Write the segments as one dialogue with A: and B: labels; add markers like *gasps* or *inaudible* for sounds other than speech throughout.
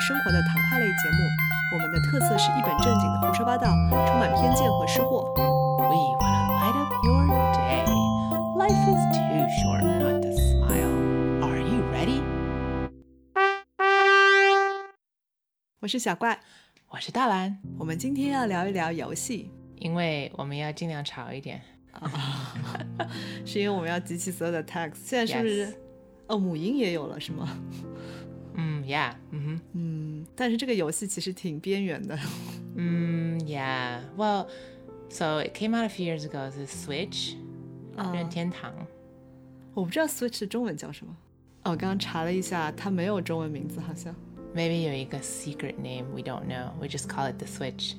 A: 生活的谈话类节目。我们的特色是一本正经的胡说八道，充满偏见和吃货。
B: We wanna light up your day. Life is too short not to smile. Are you ready?
A: 我是小怪，
B: 我是大蓝，
A: 我们今天要聊一聊游戏
B: 因为我们要尽量吵一点。
A: 啊，是因为我们要集齐所有的 tags。现在是不是
B: Yes
A: 哦，母婴也有了是吗？
B: 嗯，yeah，嗯哼，
A: 嗯，但是这个游戏其实挺边缘的。
B: 嗯，yeah. Well, so it came out a few years ago. The Switch，
A: 啊
B: 任天堂。
A: 我不知道 Switch 的中文叫什么。哦，我刚刚查了一下，它没有中文名字，好像。
B: Maybe 有一个 secret name we don't know. We just call it the Switch.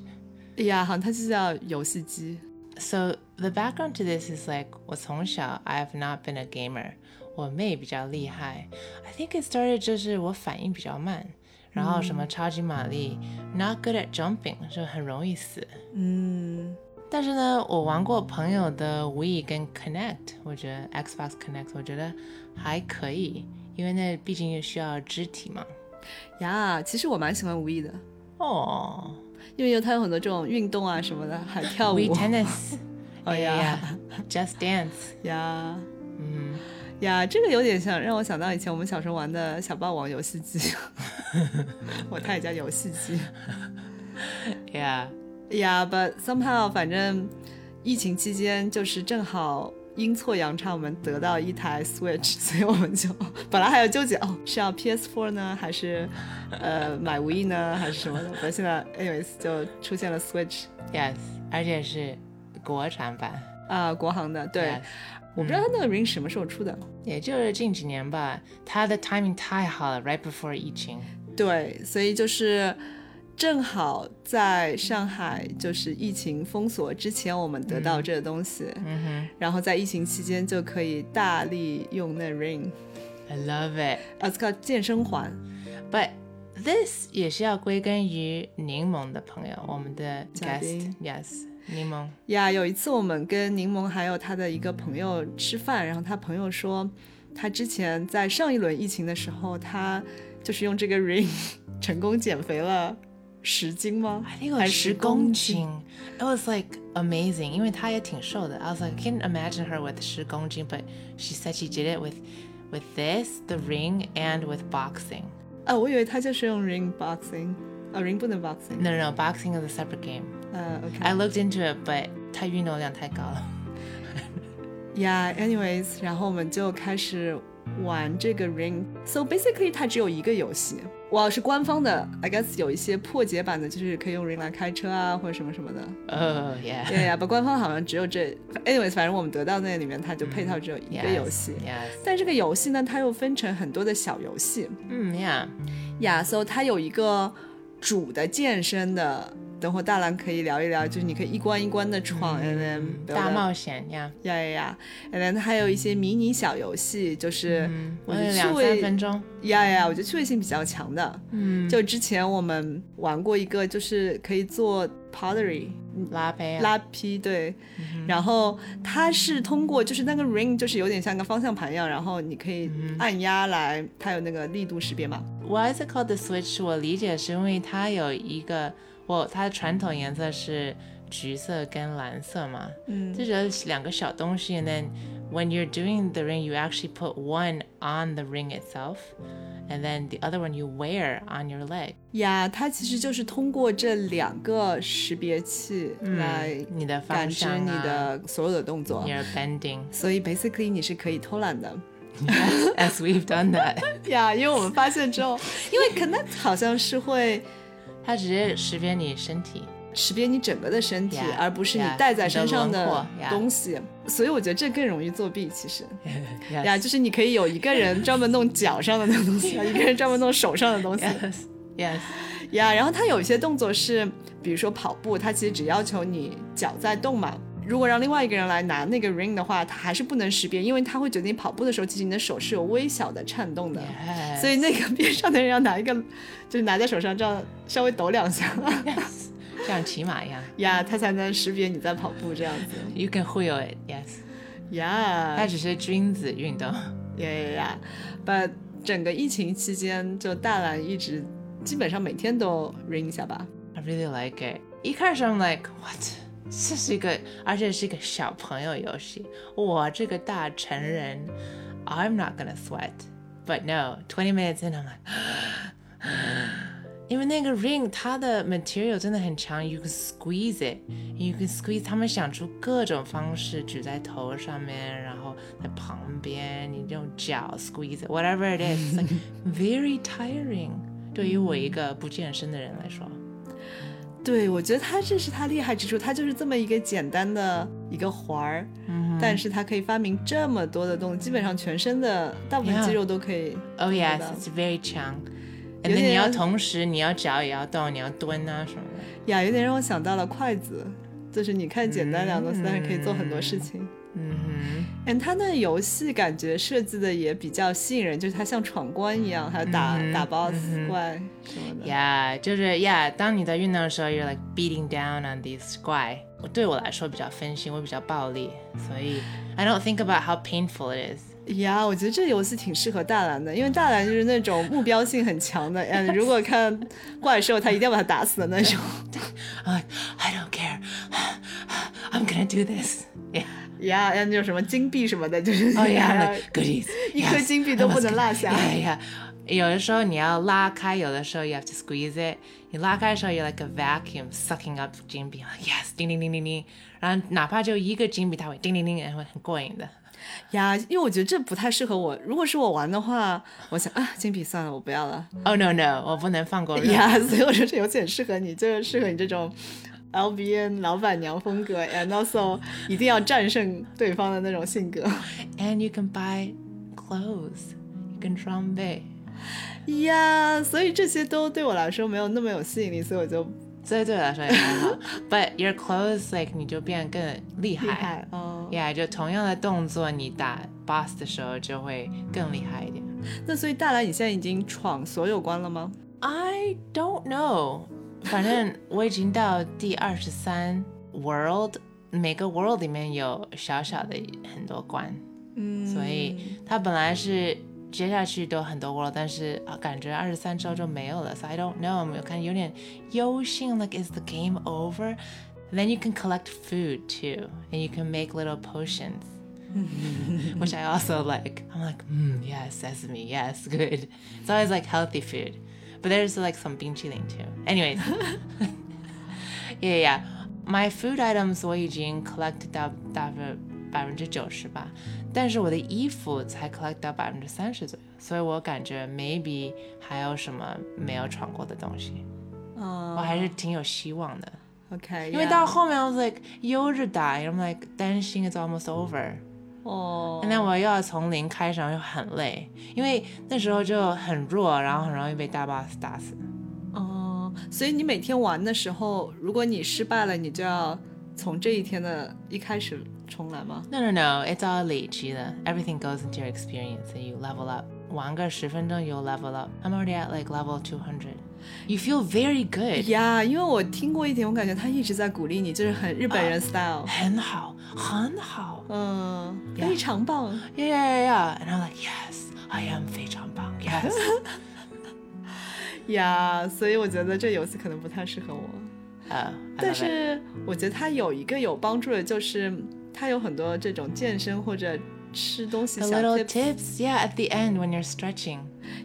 A: 哎呀，好像它就叫游戏机。
B: So the background to this is like 我从小 I have not been a gamer. 我妹比较厉害. I think it started 就是我反应比较慢，然后什么超级玛丽、not good at jumping
A: 嗯，
B: 就很容易死。但是呢，我玩过朋友的 Wii 跟 Connect，我觉得 Xbox Connect，我觉得还可以，因为那毕竟需要肢体嘛。哦、oh,，
A: 呀，其实我蛮喜欢无意的，哦因为有它有很多这种运动啊什么的，还跳舞
B: Wii
A: *laughs*
B: Tennis，
A: 哎哦呀。
B: ，Just Dance，
A: 呀
B: 嗯。
A: 呀，这个有点像，让我想到以前我们小时候玩的小霸王游戏机， *laughs* 我它也叫游戏机。
B: Yeah.
A: Yeah, but somehow，反正疫情期间就是正好阴错阳差，我们得到一台 Switch，所 *laughs* 以我们就本来还有纠结哦，是要 PS4 呢，还是呃买 Wii 呢，还是什么的？ *laughs* 反正现在 anyways 就出现了 Switch，
B: Yes，而且是国产版，
A: 啊、国行的，对
B: Yes，
A: 我不知道它那个 Ring 什么时候出的。
B: 也就是近几年吧，它的 timing 太好了，right before 疫情。
A: 对，所以就是正好在上海就是疫情封锁之前，我们得到这个东西，
B: 嗯
A: 然后在疫情期间就可以大力用那 Ring，
B: 哼，I love it。
A: 啊，这个健身环
B: But this 也是要归根于柠檬的朋友，我们的
A: 嘉宾
B: guest，yes，柠檬。
A: 呀。有一次我们跟柠檬还有他的一个朋友吃饭，然后他朋友说，他之前在上一轮疫情的时候，他就是用这个 Ring *laughs* 成功减肥了十斤吗
B: I think？it
A: 还
B: was
A: 是
B: 十
A: 10斤？
B: 公斤，it was like amazing，因为她也挺瘦的。I was like, I can't imagine her with 十公斤，but she said she did it with with this, the ring, and with boxing.
A: 啊，我以为他就是用 Ring boxing，啊，Ring 不能 boxing。
B: No, no, no, boxing is a separate game.
A: 呃
B: I looked into it, but 它运动量太高了。 *laughs*
A: ，OK，Yeah，anyways，然后我们就开始玩这个 Ring。So basically，它只有一个游戏。哇，是官方的，I guess 有一些破解版的，就是可以用 Ring 来开车啊，或者什么什
B: *laughs*
A: 么的。
B: Oh
A: *laughs*
B: yeah.
A: 对呀，不，官方好像只有这。Anyways，反正我们得到那里面，它就配套只有一个
B: 嗯 Yes,
A: 游戏。
B: Yes.
A: 但这个游戏呢，它又分成很多的小游戏。
B: 嗯，Yeah.
A: 呀，所以它有一个主的健身的，等会儿大蓝可以聊一聊，就是你可以一关一关的闯 and then build
B: 嗯大
A: up
B: 冒险呀。
A: 呀呀呀！然后它还有一些迷你小游戏，就是
B: 嗯，
A: 我
B: 我
A: 觉得
B: 有
A: 趣
B: 两三
A: 味
B: 分钟。
A: 呀呀呀，我觉得趣味性比较强的。
B: 嗯，
A: 就之前我们玩过一个，就是可以做 pottery
B: 拉杯啊。
A: 拉坯，对。
B: 嗯
A: 然后它是通过就是那个 ring，就是有点像个方向盘一样，然后你可以
B: 嗯
A: 按压来，它有那个力度识别嘛。
B: Why is it called the Switch？我理解是因为它有一个，我它的传统颜色是橘色跟蓝色嘛，嗯，这就是两个小东西。And then when you're doing the ring, you actually put one on the ring itself, and then the other one you wear on your leg。
A: 呀，它其实就是通过这两个识别器来
B: 你的嗯方
A: 感知
B: 向
A: 你
B: 啊
A: 的所有的动作。
B: ，you're bending。
A: 所以 basically 你是可以偷懒的
B: As we've done that， *laughs*
A: *laughs* 呀因为我们发现之后，因为 Connect 好像是会
B: 它直接识别你身体。
A: 识别你整个的身体
B: Yeah,
A: 而不是你
B: yeah,
A: 带在身上
B: 你的轮廓，yeah
A: 东西所以我觉得这更容易作弊。其实
B: Yes,
A: 呀就是你可以有一个
B: *laughs*
A: 人专门弄脚上的那个东西， *laughs* 一个人专门弄手上的东西
B: yes, yes.
A: 呀。然后它有一些动作是，比如说跑步，它其实只要求你脚在动嘛。如果让另外一个人来拿那个 ring 的话，它还是不能识别，因为它会觉得你跑步的时候，其实你的手是有微小的颤动的。
B: yes.
A: 所以那个边上的人要拿一个，就是拿在手上这样稍微抖两下，
B: yes. 这样骑马一样
A: 呀，他才能识别你在跑步这样子。
B: ，You can 忽悠 it. Yes. 它
A: 呀，
B: 只是君子运动。
A: 呀呀呀！把整个疫情期间，就大蓝一直基本上每天都 ring 一下吧。
B: I really like it. 一开始 I'm like what，这是一个，而且是一个小朋友游戏。我这个大成人，I'm not gonna sweat. But no, twenty minutes in, I'm like *gasps* 因为那个 ring 它的 material 真的很长，you can squeeze it，you can squeeze。他们想出各种方式举在头上面，然后在旁边，你用脚 squeeze it，whatever it is，it's like very tiring。对于我一个不健身的人来说。
A: 对，我觉得它这是它厉害之处，它就是这么一个简单的一个环儿，
B: 嗯
A: 但是它可以发明这么多的动作，基本上全身的大部分
B: Yeah
A: 肌肉都可以。
B: Oh
A: 觉
B: yes,
A: 得
B: it's very 强。
A: 有
B: And then
A: 点
B: 你要
A: 像
B: 同时，你要脚也要动，你要蹲啊什么的。
A: 呀，有点让我想到了筷子，就是你看简单两个字，但是可以做很多事情。
B: 嗯
A: 嗯，它那游戏感觉设计的也比较吸引人，就是它像闯关一样，还有打、
B: 嗯哼
A: 打 boss
B: 嗯哼
A: 怪什么的。
B: 哼，Yeah，就是 Yeah，当你在运动的时候，you're like beating down on these 怪。我对我来说比较分心，我比较暴力，所以 I don't think about how painful it is。
A: 呀我觉得这游戏挺适合大蓝的，因为大蓝就是那种目标性很强的，嗯，如果看怪兽，他一定要把它打死的那种。
B: I'm like I don't care. *sighs* I'm gonna do this. Yeah.
A: 呀，然后就是什么金币什么的，就是
B: *laughs* Oh yeah. Like goodies.
A: *laughs* 一颗
B: yes.
A: 金币都不能落下。
B: Yeah, yeah. 有的时候你要拉开，有的时候 you have to squeeze it。你拉开的时候，you're like a vacuum sucking up 金币，like yes，叮叮叮叮叮。然后哪怕就一个金币，它会叮叮叮，然后会很过瘾的。
A: 呀，因为我觉得这不太适合我。如果是我玩的话，我想啊，金币算了，我不要了。
B: Oh no no，我不能放过任何。
A: *laughs* 呀，所以我说这游戏很适合你，就是适合你这种 LBN 老板娘风格，and also 一定要战胜对方的那种性格。
B: And you can buy clothes，you can 装备。
A: 呀，所以这些都对我来说没有那么有吸引力，所以我就
B: 所以对我来说也还好，but your clothes like 你就变更厉害。
A: 厉害哦。
B: Yeah，就同样的动作，你打 boss 的时候就会更厉害一点。
A: 那所以大蓝，你现在已经闯所有关了吗？
B: 嗯 I don't know，反 *laughs* 正我已经到第二十三 world，每个 world 里面有小小的很多关，
A: 嗯
B: 所以它本来是接下去都很多 world，但是啊感觉二十三之后就没有了，so I don't know，我看有点忧心，like is the game over？Then you can collect food too, and you can make little potions, which I also like. I'm like, mm, yes, sesame, yes, *laughs* good. It's always like healthy food, but there's like some 冰淇淋 too. Anyways, yeah, yeah. My food items 我已经 collect 到大概百分之九十吧，但是我的衣服才 collect 到百分之三十左右，所以我感觉 maybe 还有什么没有闯过的东西，我还是挺有希
A: 嗯
B: 望的。
A: ，OK，
B: 因为到后面 I was like 悠着打，I'm like 担心 it's almost over，
A: 哦，
B: 那我又要从零开始，然后又很累，因为那时候就很弱，然后很容易被大 boss 打死。
A: 哦，所以你每天玩的时候，如果你失败了，你就要从这一天的一开始重来吗？
B: No no no，it's all 累积的，everything goes into your experience and you level up。玩个十分钟 you level up。I'm already at like level two hundred。You feel very good，
A: 呀因为我听过一点，我感觉他一直在鼓励你，就是很日本
B: 啊
A: 人 style，、
B: 很好，很好。
A: 嗯，
B: Yeah
A: 非常棒。
B: Yeah yeah yeah。And I'm like yes，I am 非常棒。Yes 。
A: *laughs*
B: 。Uh,
A: 呀所以我觉得这游戏可能不太适合我。
B: 呃，
A: *laughs* 但是我觉得它有一个有帮助的，就是它有很多这种健身或者吃东西
B: The
A: 小
B: little
A: tips
B: tips, yeah, at the end when you're stretching.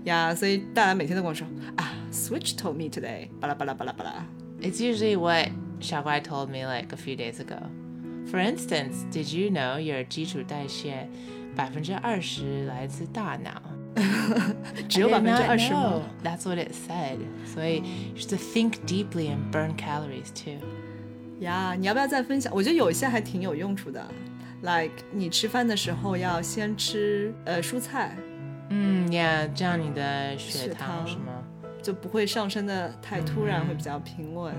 A: 呀所以大家每天都跟我说啊，Switch told me today，巴拉巴拉巴拉巴拉。
B: It's usually what Xiaoguai told me like a few days ago. For instance, did you know your 基础代谢百分之二十来自大脑？
A: *laughs* 只有
B: I did not
A: 20%吗
B: know. That's what it said. So you should think deeply and burn calories too.
A: 呀你要不要再分享？我觉得有一些还挺有用处的，like 你吃饭的时候要先吃呃蔬菜，
B: 嗯，yeah，这样你的
A: 血
B: 血糖
A: 糖。
B: 什么
A: 就不会上升的太突然，会比较平稳。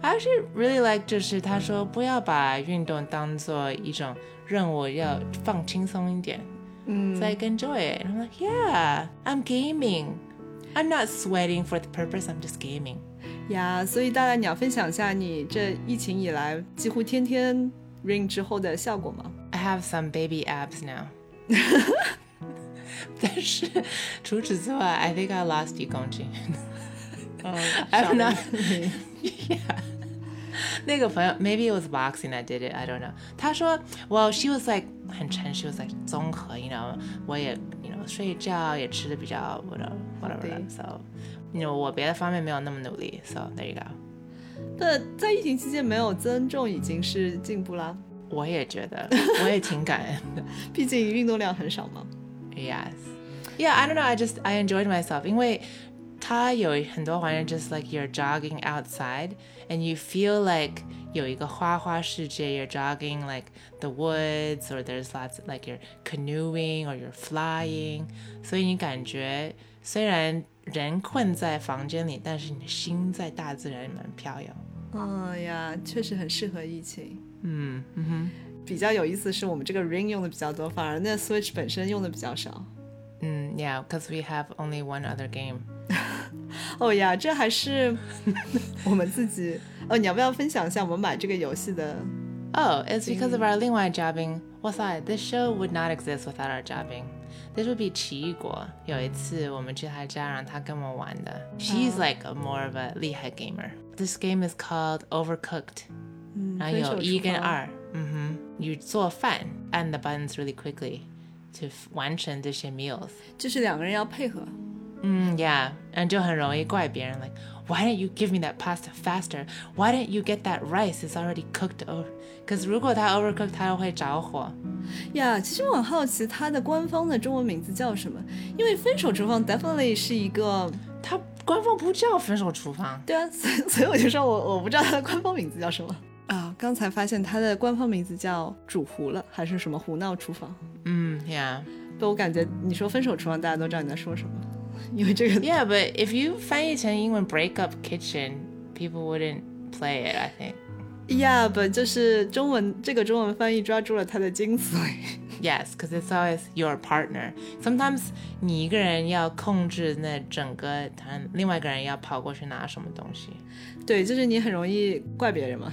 B: I actually really like 就是他说不要把运动当做一种任务，要放轻松一点。嗯、so I can enjoy it. And I'm like, yeah, I'm gaming. I'm not sweating for the purpose. I'm just gaming.
A: 呀所以大概你要分享一下你这疫情以来几乎天天 ring 之后的效果吗？
B: I have some baby abs *laughs* now. *laughs* 但是除此之外，I think I lost 一公斤。 *laughs*
A: 嗯
B: I'm
A: 少了
B: not- *laughs* 那个朋友，maybe it was boxing that did it. I don't know. 他说，Well, she was like 很沉，she was like 综合，you know，我也，you know，睡觉也吃的比较 whatever whatever.
A: 对
B: So, you know，我别的方面没有那么努力。So there you go.
A: 但在疫情期间没有增重已经是进步啦，
B: 我也觉得， *laughs* 我也挺感恩的。
A: 毕竟运动量很少嘛。
B: Yes. Yeah, I don't know. I just I enjoyed myself. 因为它有很多环境 just like you're jogging outside and you feel like 有一个花花世界 you're jogging like the woods or there's lots of, like you're canoeing or you're flying. 所以你感觉虽然人困在房间里，但是你的心在大自然里面飘摇。嗯嗯哼。
A: 嗯呀，确实很适合疫情。比较有意思的是，我们这个 Ring 用的比较多，反而那 Switch 本身用的比较少。
B: Mm, yeah, because we have only one other game.
A: 哦呀，这还 *laughs* 是我们自己。哦，你要不要分享一下我们买这个游戏的？
B: Oh, it's because of our 另外嘉宾 What's that? This show would not exist without our 嘉宾 This would be 奇异果。有一次我们去她家，让她跟我玩的。She's like a more of a 厉害 gamer. This game is called Overcooked.
A: 嗯，分手厨房。
B: Mm-hmm. 然后有一跟二，嗯哼，你做饭 and the buttons really quickly to 完成这些 meals.
A: 就是两个人要配合。
B: Mm, yeah, and 就很容易怪别人 like, why didn't you give me that pasta faster? Why didn't you get that rice? It's already cooked over. Because 如果它 overcooked，它又会着火。
A: 呀其实我很好奇它的官方的中文名字叫什么，因为《分手厨房》definitely 是一个，
B: 它官方不叫分手厨房，
A: 对啊，所以所以我就说我我不知道它的官方名字叫什么啊。刚才发现它的官方名字叫“煮糊了”还是什么“胡闹厨房
B: 嗯，yeah，”，
A: 但我感觉你说“分手厨房”，大家都知道你在说什么，因为这个
B: yeah，but if you 翻译成英文 break up kitchen，people wouldn't play it. I think.
A: yeah，but 就是中文这个中文翻译抓住了它的精髓。 *laughs*
B: Yes, because it's always your partner. Sometimes 你一个人要控制那整个，他另外一个人要跑过去拿什么东西。
A: 对，就是你很容易怪别人嘛。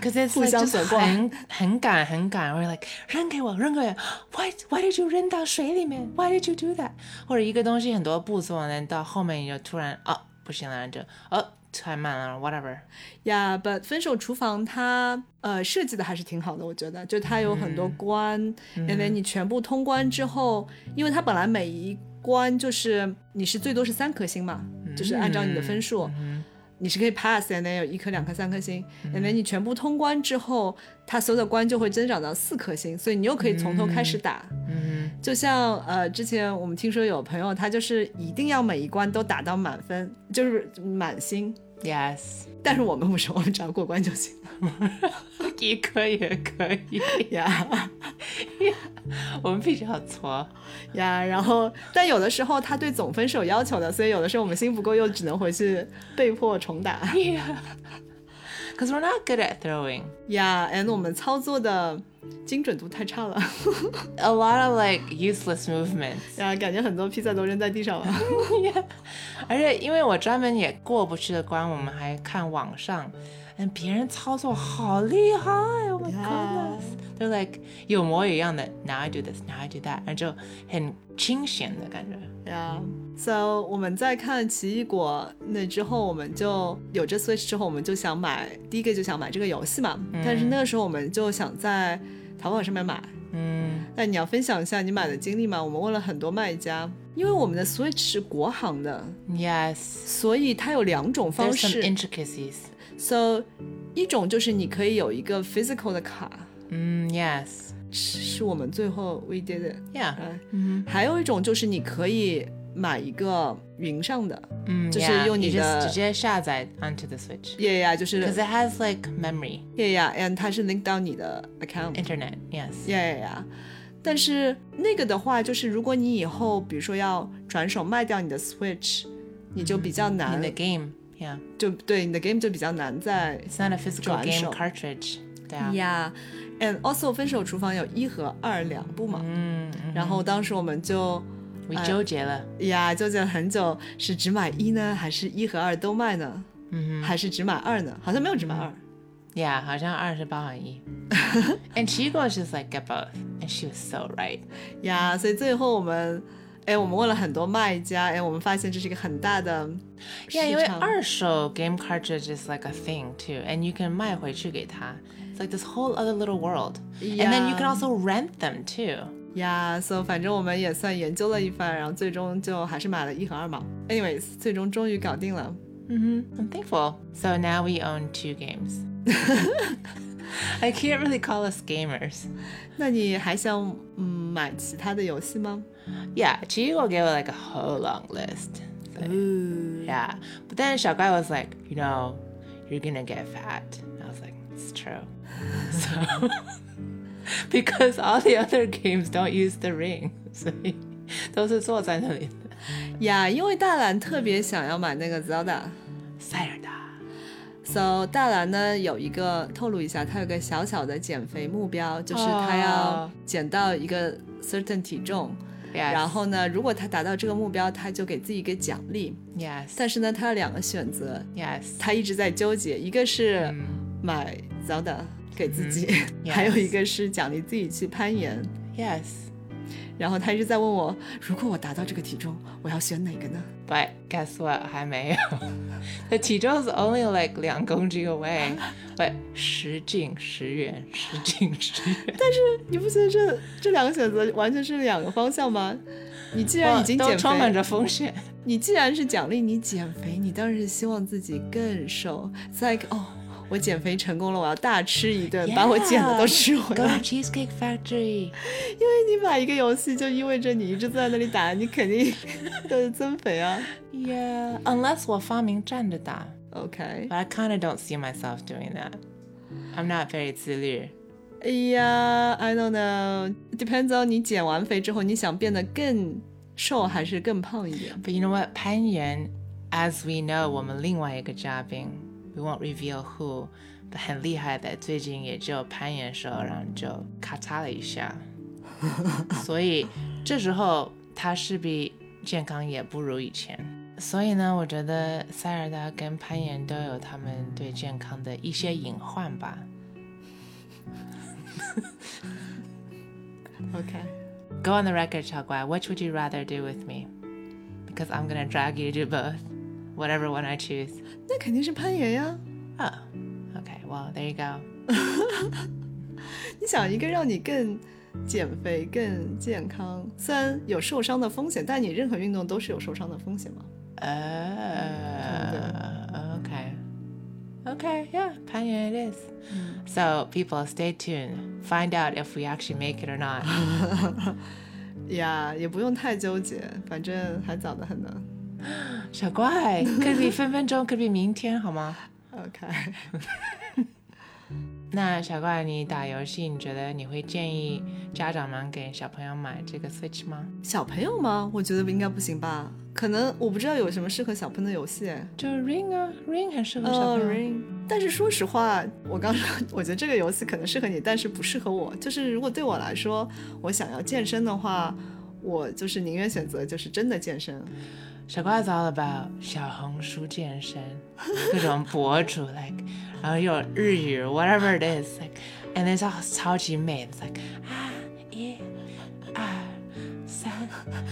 B: Because it's
A: 互
B: like
A: 相
B: just
A: 责怪
B: 很很赶很赶，or like 扔给我扔给我，Why Why did you 扔到水里面？Why did you do that？或者一个东西很多步骤呢，到后面你就突然哦不行了，就哦太慢了，whatever。
A: 呀、yeah,，but 分手厨房它呃设计的还是挺好的，我觉得，就它有很
B: 嗯
A: 多关，因为你全部通关之后，因为它本来每一关就是你是最多是三颗星嘛，就是按照你的分
B: 嗯
A: 数。你是可以 pass，然后有一颗、两颗、三颗星，然后你全部通关之后，它所有的关就会增长到四颗星，所以你又可以从头开始打。
B: 嗯
A: 就像呃，之前我们听说有朋友他就是一定要每一关都打到满分，就是满星，
B: 哼，Yes，
A: 但是我们不是，我们只要过关就行了 *laughs*
B: 一颗也可以。
A: *laughs*
B: *laughs*
A: 呀
B: 我们必须要搓。
A: 呀。然后，但有的时候他对总分是有要求的，所以有的时候我们心不够，又只能回去被迫重打 *laughs*
B: Yeah，because we're not good at throwing.
A: 呀。and 我们操作的精准度太差了 *laughs*
B: A lot of like useless movements.
A: 呀，感觉很多披萨都扔在地上了。
B: 而且因为我专门也过不去的关，我们还看网上，嗯，别人操作好厉害，Oh my
A: Yeah.
B: goodness，they're like 有模有样的，Now I do this, now I do that，然后就很清闲的感觉。啊
A: 呀 So 我们在看《奇异果》那之后，我们就有这 Switch 之后，我们就想买第一个就想买这个游戏嘛。但是那个时候我们就想在淘宝上面买，
B: 嗯
A: 那你要分享一下你买的经历吗？我们问了很多卖家，因为我们的 Switch 是国行的，
B: ，Yes，there's
A: 所以它有两种方
B: some
A: 式。
B: intricacies。
A: So，一种就是你可以有一个 physical 的卡，
B: 嗯，Yes，Yeah，
A: 是是我们最后 we did it。嗯，
B: 嗯
A: 还有一种就是你可以买一个云上的，
B: 嗯，
A: 就是
B: yeah，
A: 用你
B: just
A: 的
B: 直接下载 onto the Switch。
A: 耶呀，就是
B: Because it has like memory,
A: 耶呀，and 它是 link 到你的 account。
B: internet, yes.
A: 呀呀呀！但是那个的话，就是如果你以后比如说要转手卖掉你的 Switch，你嗯就比较难
B: In Uh, the game, yeah.
A: 就对你的 game 就比较难在
B: It's not a physical
A: 转
B: game
A: 手
B: cartridge. 对啊。
A: 呀。And also，分手厨房有一和二两部嘛，
B: 嗯，
A: 然后当时我们就
B: 我纠结了。
A: 呀纠结了很久，是只买一呢，还是一和二都卖呢？嗯，还是只买二呢？好像没有只买二。
B: Yeah，好像二十八好一。And she goes just like get both, and she was so right.
A: 呀所以最后我们哎，我们问了很多卖家，哎，我们发现这是一个很大的市
B: Yeah, 因为
A: 场
B: 二手 game cartridge is like a thing too, and you can 卖回去给他。It's like this whole other little world, and then you can
A: Yeah.
B: also rent them too.
A: 呀，所以反正我们也算研究了一番，然后最终就还是买了一和二嘛。Anyways，最终终于搞定了。
B: hmm I'm thankful. So now we own two games. I can't really call us gamers.
A: 那你还想嗯买其他的游戏吗？
B: Yeah, Chigo gave like a whole long list. So, yeah, but then Shao Guy was like, you know, you're gonna get fat. And I was like, it's true. *laughs* So *laughs* because all the other games don't use the ring, *laughs* so those are *laughs*
A: 呀，因为大蓝特别想要买那个 Zelda。So 大蓝呢有一个透露一下，他有个小小的减肥目标，就是他要
B: 哦
A: 减到一个 certain 体重。然后呢，如果他达到这个目标，他就给自己一个奖励。
B: yes,
A: 但是呢，他有两个选择，
B: yes.
A: 他一直在纠结，一个是
B: Mm.
A: 买 Zelda 给自己，*laughs*
B: 嗯 Yes
A: 还有一个是奖励自己去攀岩。
B: Yes.
A: 然后他一直在问我，如果我达到这个体重，我要选哪个呢？
B: But guess what? 还没有。The Tito is only like 两公斤 away. But 十斤十元，十斤十元。
A: 但是你不觉得这这两个选择完全是两个方向吗？你既然已经减肥，
B: *laughs* 都充满着风险。
A: 你既然是奖励你减肥，你当然是希望自己更瘦。It's like 哦，我减肥成功了，我要大吃一顿把我减的都吃回
B: Go
A: 来。
B: to Cheesecake Factory.
A: 因为你买一个游戏，就意味着你一直坐在那里打，你肯定就是增肥啊。
B: Yeah, unless 我发明站着打。
A: OK，
B: But I kind of don't see myself doing that. I'm not very 自律。
A: 哎呀，I don't know，depends on 你减完肥之后，你想变得更瘦还是更胖一点
B: But you know what? 攀岩 as we know, 我们另外一个嘉宾 we won't reveal who, but 很厉害的，最近也就攀岩时候，然后就咔嚓了一下。所以这时候他势必健康也不如以前。所以呢，我觉得塞尔达跟攀岩都有他们对健康的一些隐患吧。
A: ？OK，
B: Go on the record, Chagua. Which would you rather do with me? Because I'm gonna drag you to both, whatever one I choose.
A: 那肯定是攀岩呀。
B: Oh, okay. Well, there you go.
A: 你想一个让你更减肥、更健康，虽然有受伤的风险，但你任何运动都是有受伤的风险嘛。
B: Uh, okay. Okay, yeah, Panya it is. So, people, stay tuned. Find out if we actually make it or not.
A: 呀、也不用太纠结，反正还早得很呢。
B: 小怪, could be 分分钟, could be 明天,好吗?
A: OK，
B: 那小怪，你打游戏，你觉得你会建议家长们给小朋友买这个 Switch
A: 小朋友吗？我觉得应该不行吧，可能我不知道有什么适合小朋友的游戏。
B: 吗？就 Ring 啊，Ring
A: 呃
B: 很适合小朋友。
A: ，Ring。但是说实话，我刚说，我觉得这个游戏可能适合你，但是不适合我。就是如果对我来说，我想要健身的话，我就是宁愿选择就是真的健
B: *laughs*
A: 身。
B: Shagua is all about *laughs* 小红书健身，各种博主 like，然后又有日语 whatever it is like, and it's all 超级美，it's like 啊一二三。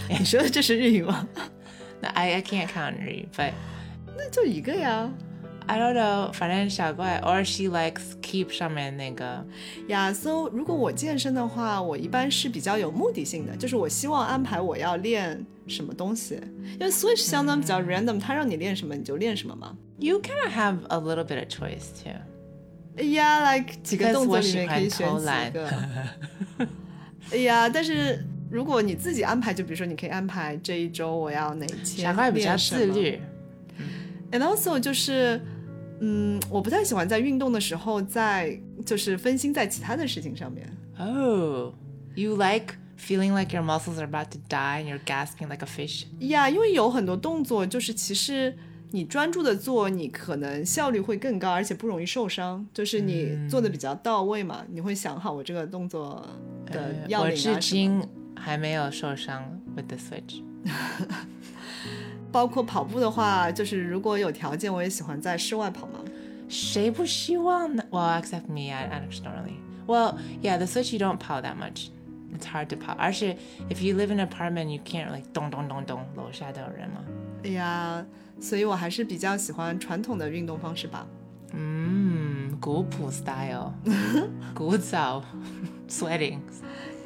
A: 你说的这是日语吗？ *laughs*
B: No, I I can't count 日语 but
A: 那就一个呀。
B: I don't know，反正小怪 or she likes keep 上面那个
A: 呀，so 如果我健身的话，我一般是比较有目的性的，就是我希望安排我要练什么东西，因为 Switch 相当比
B: 嗯
A: 较 random，它让你练什么你就练什么嘛。
B: You kind of have a little bit of choice too.
A: 哎呀，like 几个
B: Because
A: 动作
B: 我
A: 里
B: 喜
A: 面可
B: 欢
A: 以选
B: 偷
A: 几
B: 懒 *laughs*
A: 个。哎呀，但是如果你自己安排，就比如说你可以安排这一周我要哪天练什么。
B: 小怪比较自律。
A: And also 就是，嗯，我不太喜欢在运动的时候在就是分心在其他的事情上面。
B: Oh, you like feeling like your muscles are about to die and you're gasping like a fish.
A: 呀因为有很多动作，就是其实你专注的做，你可能效率会更高，而且不容易受伤。就是你
B: 嗯
A: 做的比较到位嘛，你会想好我这个动作的
B: 呃
A: 要领啊什么。
B: 我至今还没有受伤 with the switch.
A: *laughs* 包括跑步的话，就是如果有条件，我也喜欢在室外跑嘛。
B: 谁不希望呢？Well, except me, I, I actually don't really. Well, yeah, the switch you don't power that much. it's hard to pop. 而且 if you live in an apartment, you can't like 咚咚咚咚，楼下都有人嘛。
A: 哎呀，所以我还是比较喜欢传统的运动方式吧。
B: 嗯，古
A: *laughs*
B: 朴 style，古早 *laughs* sweating。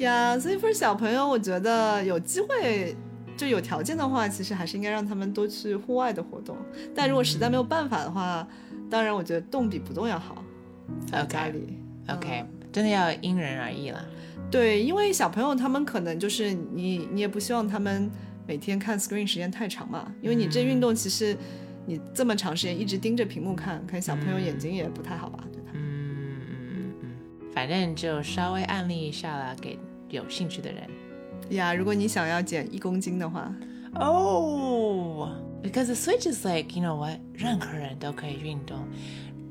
A: 哎呀，所以 for 小朋友，我觉得有机会就有条件的话，其实还是应该让他们多去户外的活动。但如果实在没有办法的话，当然我觉得动比不动要好。在家
B: OK
A: 里
B: OK，、真的要因人而异啦。
A: 对，因为小朋友他们可能就是你，你也不希望他们每天看 screen 时间太长嘛，因为你这
B: 嗯
A: 运动其实你这么长时间一直盯着屏幕看，可能小朋友眼睛也不太好吧，对他们。
B: 嗯嗯嗯嗯，反正就稍微案例一下啦，给有兴趣的人。
A: 呀，如果你想要减一公斤的话，
B: Oh, because the switch is like you know what，任何人都可以运动，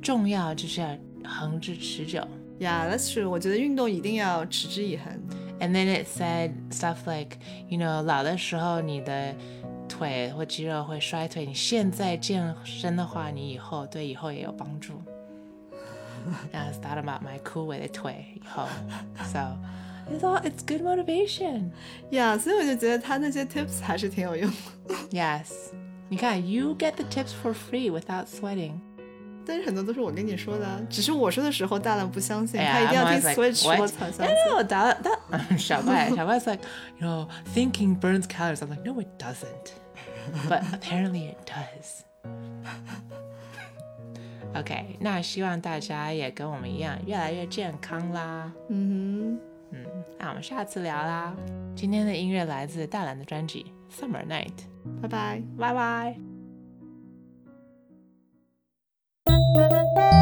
B: 重要就是要恒之持久。
A: 呀，that's true，我觉得运动一定要持之以恒。
B: And then it said stuff like you know 老的时候你的腿或肌肉会衰退，你现在健身的话，你以后对以后也有帮 *laughs* 助。And I thought about my 枯萎的腿以后，so it's all it's good motivation.
A: 呀所以我就觉得他那些 tips 还是挺有用的，
B: Yes. 你看，you get the tips for free without sweating.
A: 但是很多都是我跟你说的啊，只是我说的时候大郎不相信，
B: 哎呀
A: 他一定要
B: I'm
A: 听
B: always like,
A: Switch 说
B: what？
A: 才相信。
B: No, that *laughs* that 小怪小怪 's like, you know, thinking burns calories. I'm like, no, it doesn't. *laughs* But apparently it does. OK，那希望大家也跟我们一样越来越健康啦。
A: 嗯
B: 嗯，那我们下次聊啦。今天的音乐来自大蓝的专辑《Summer Night》，
A: 哼，拜拜。
B: 拜拜。
C: Thank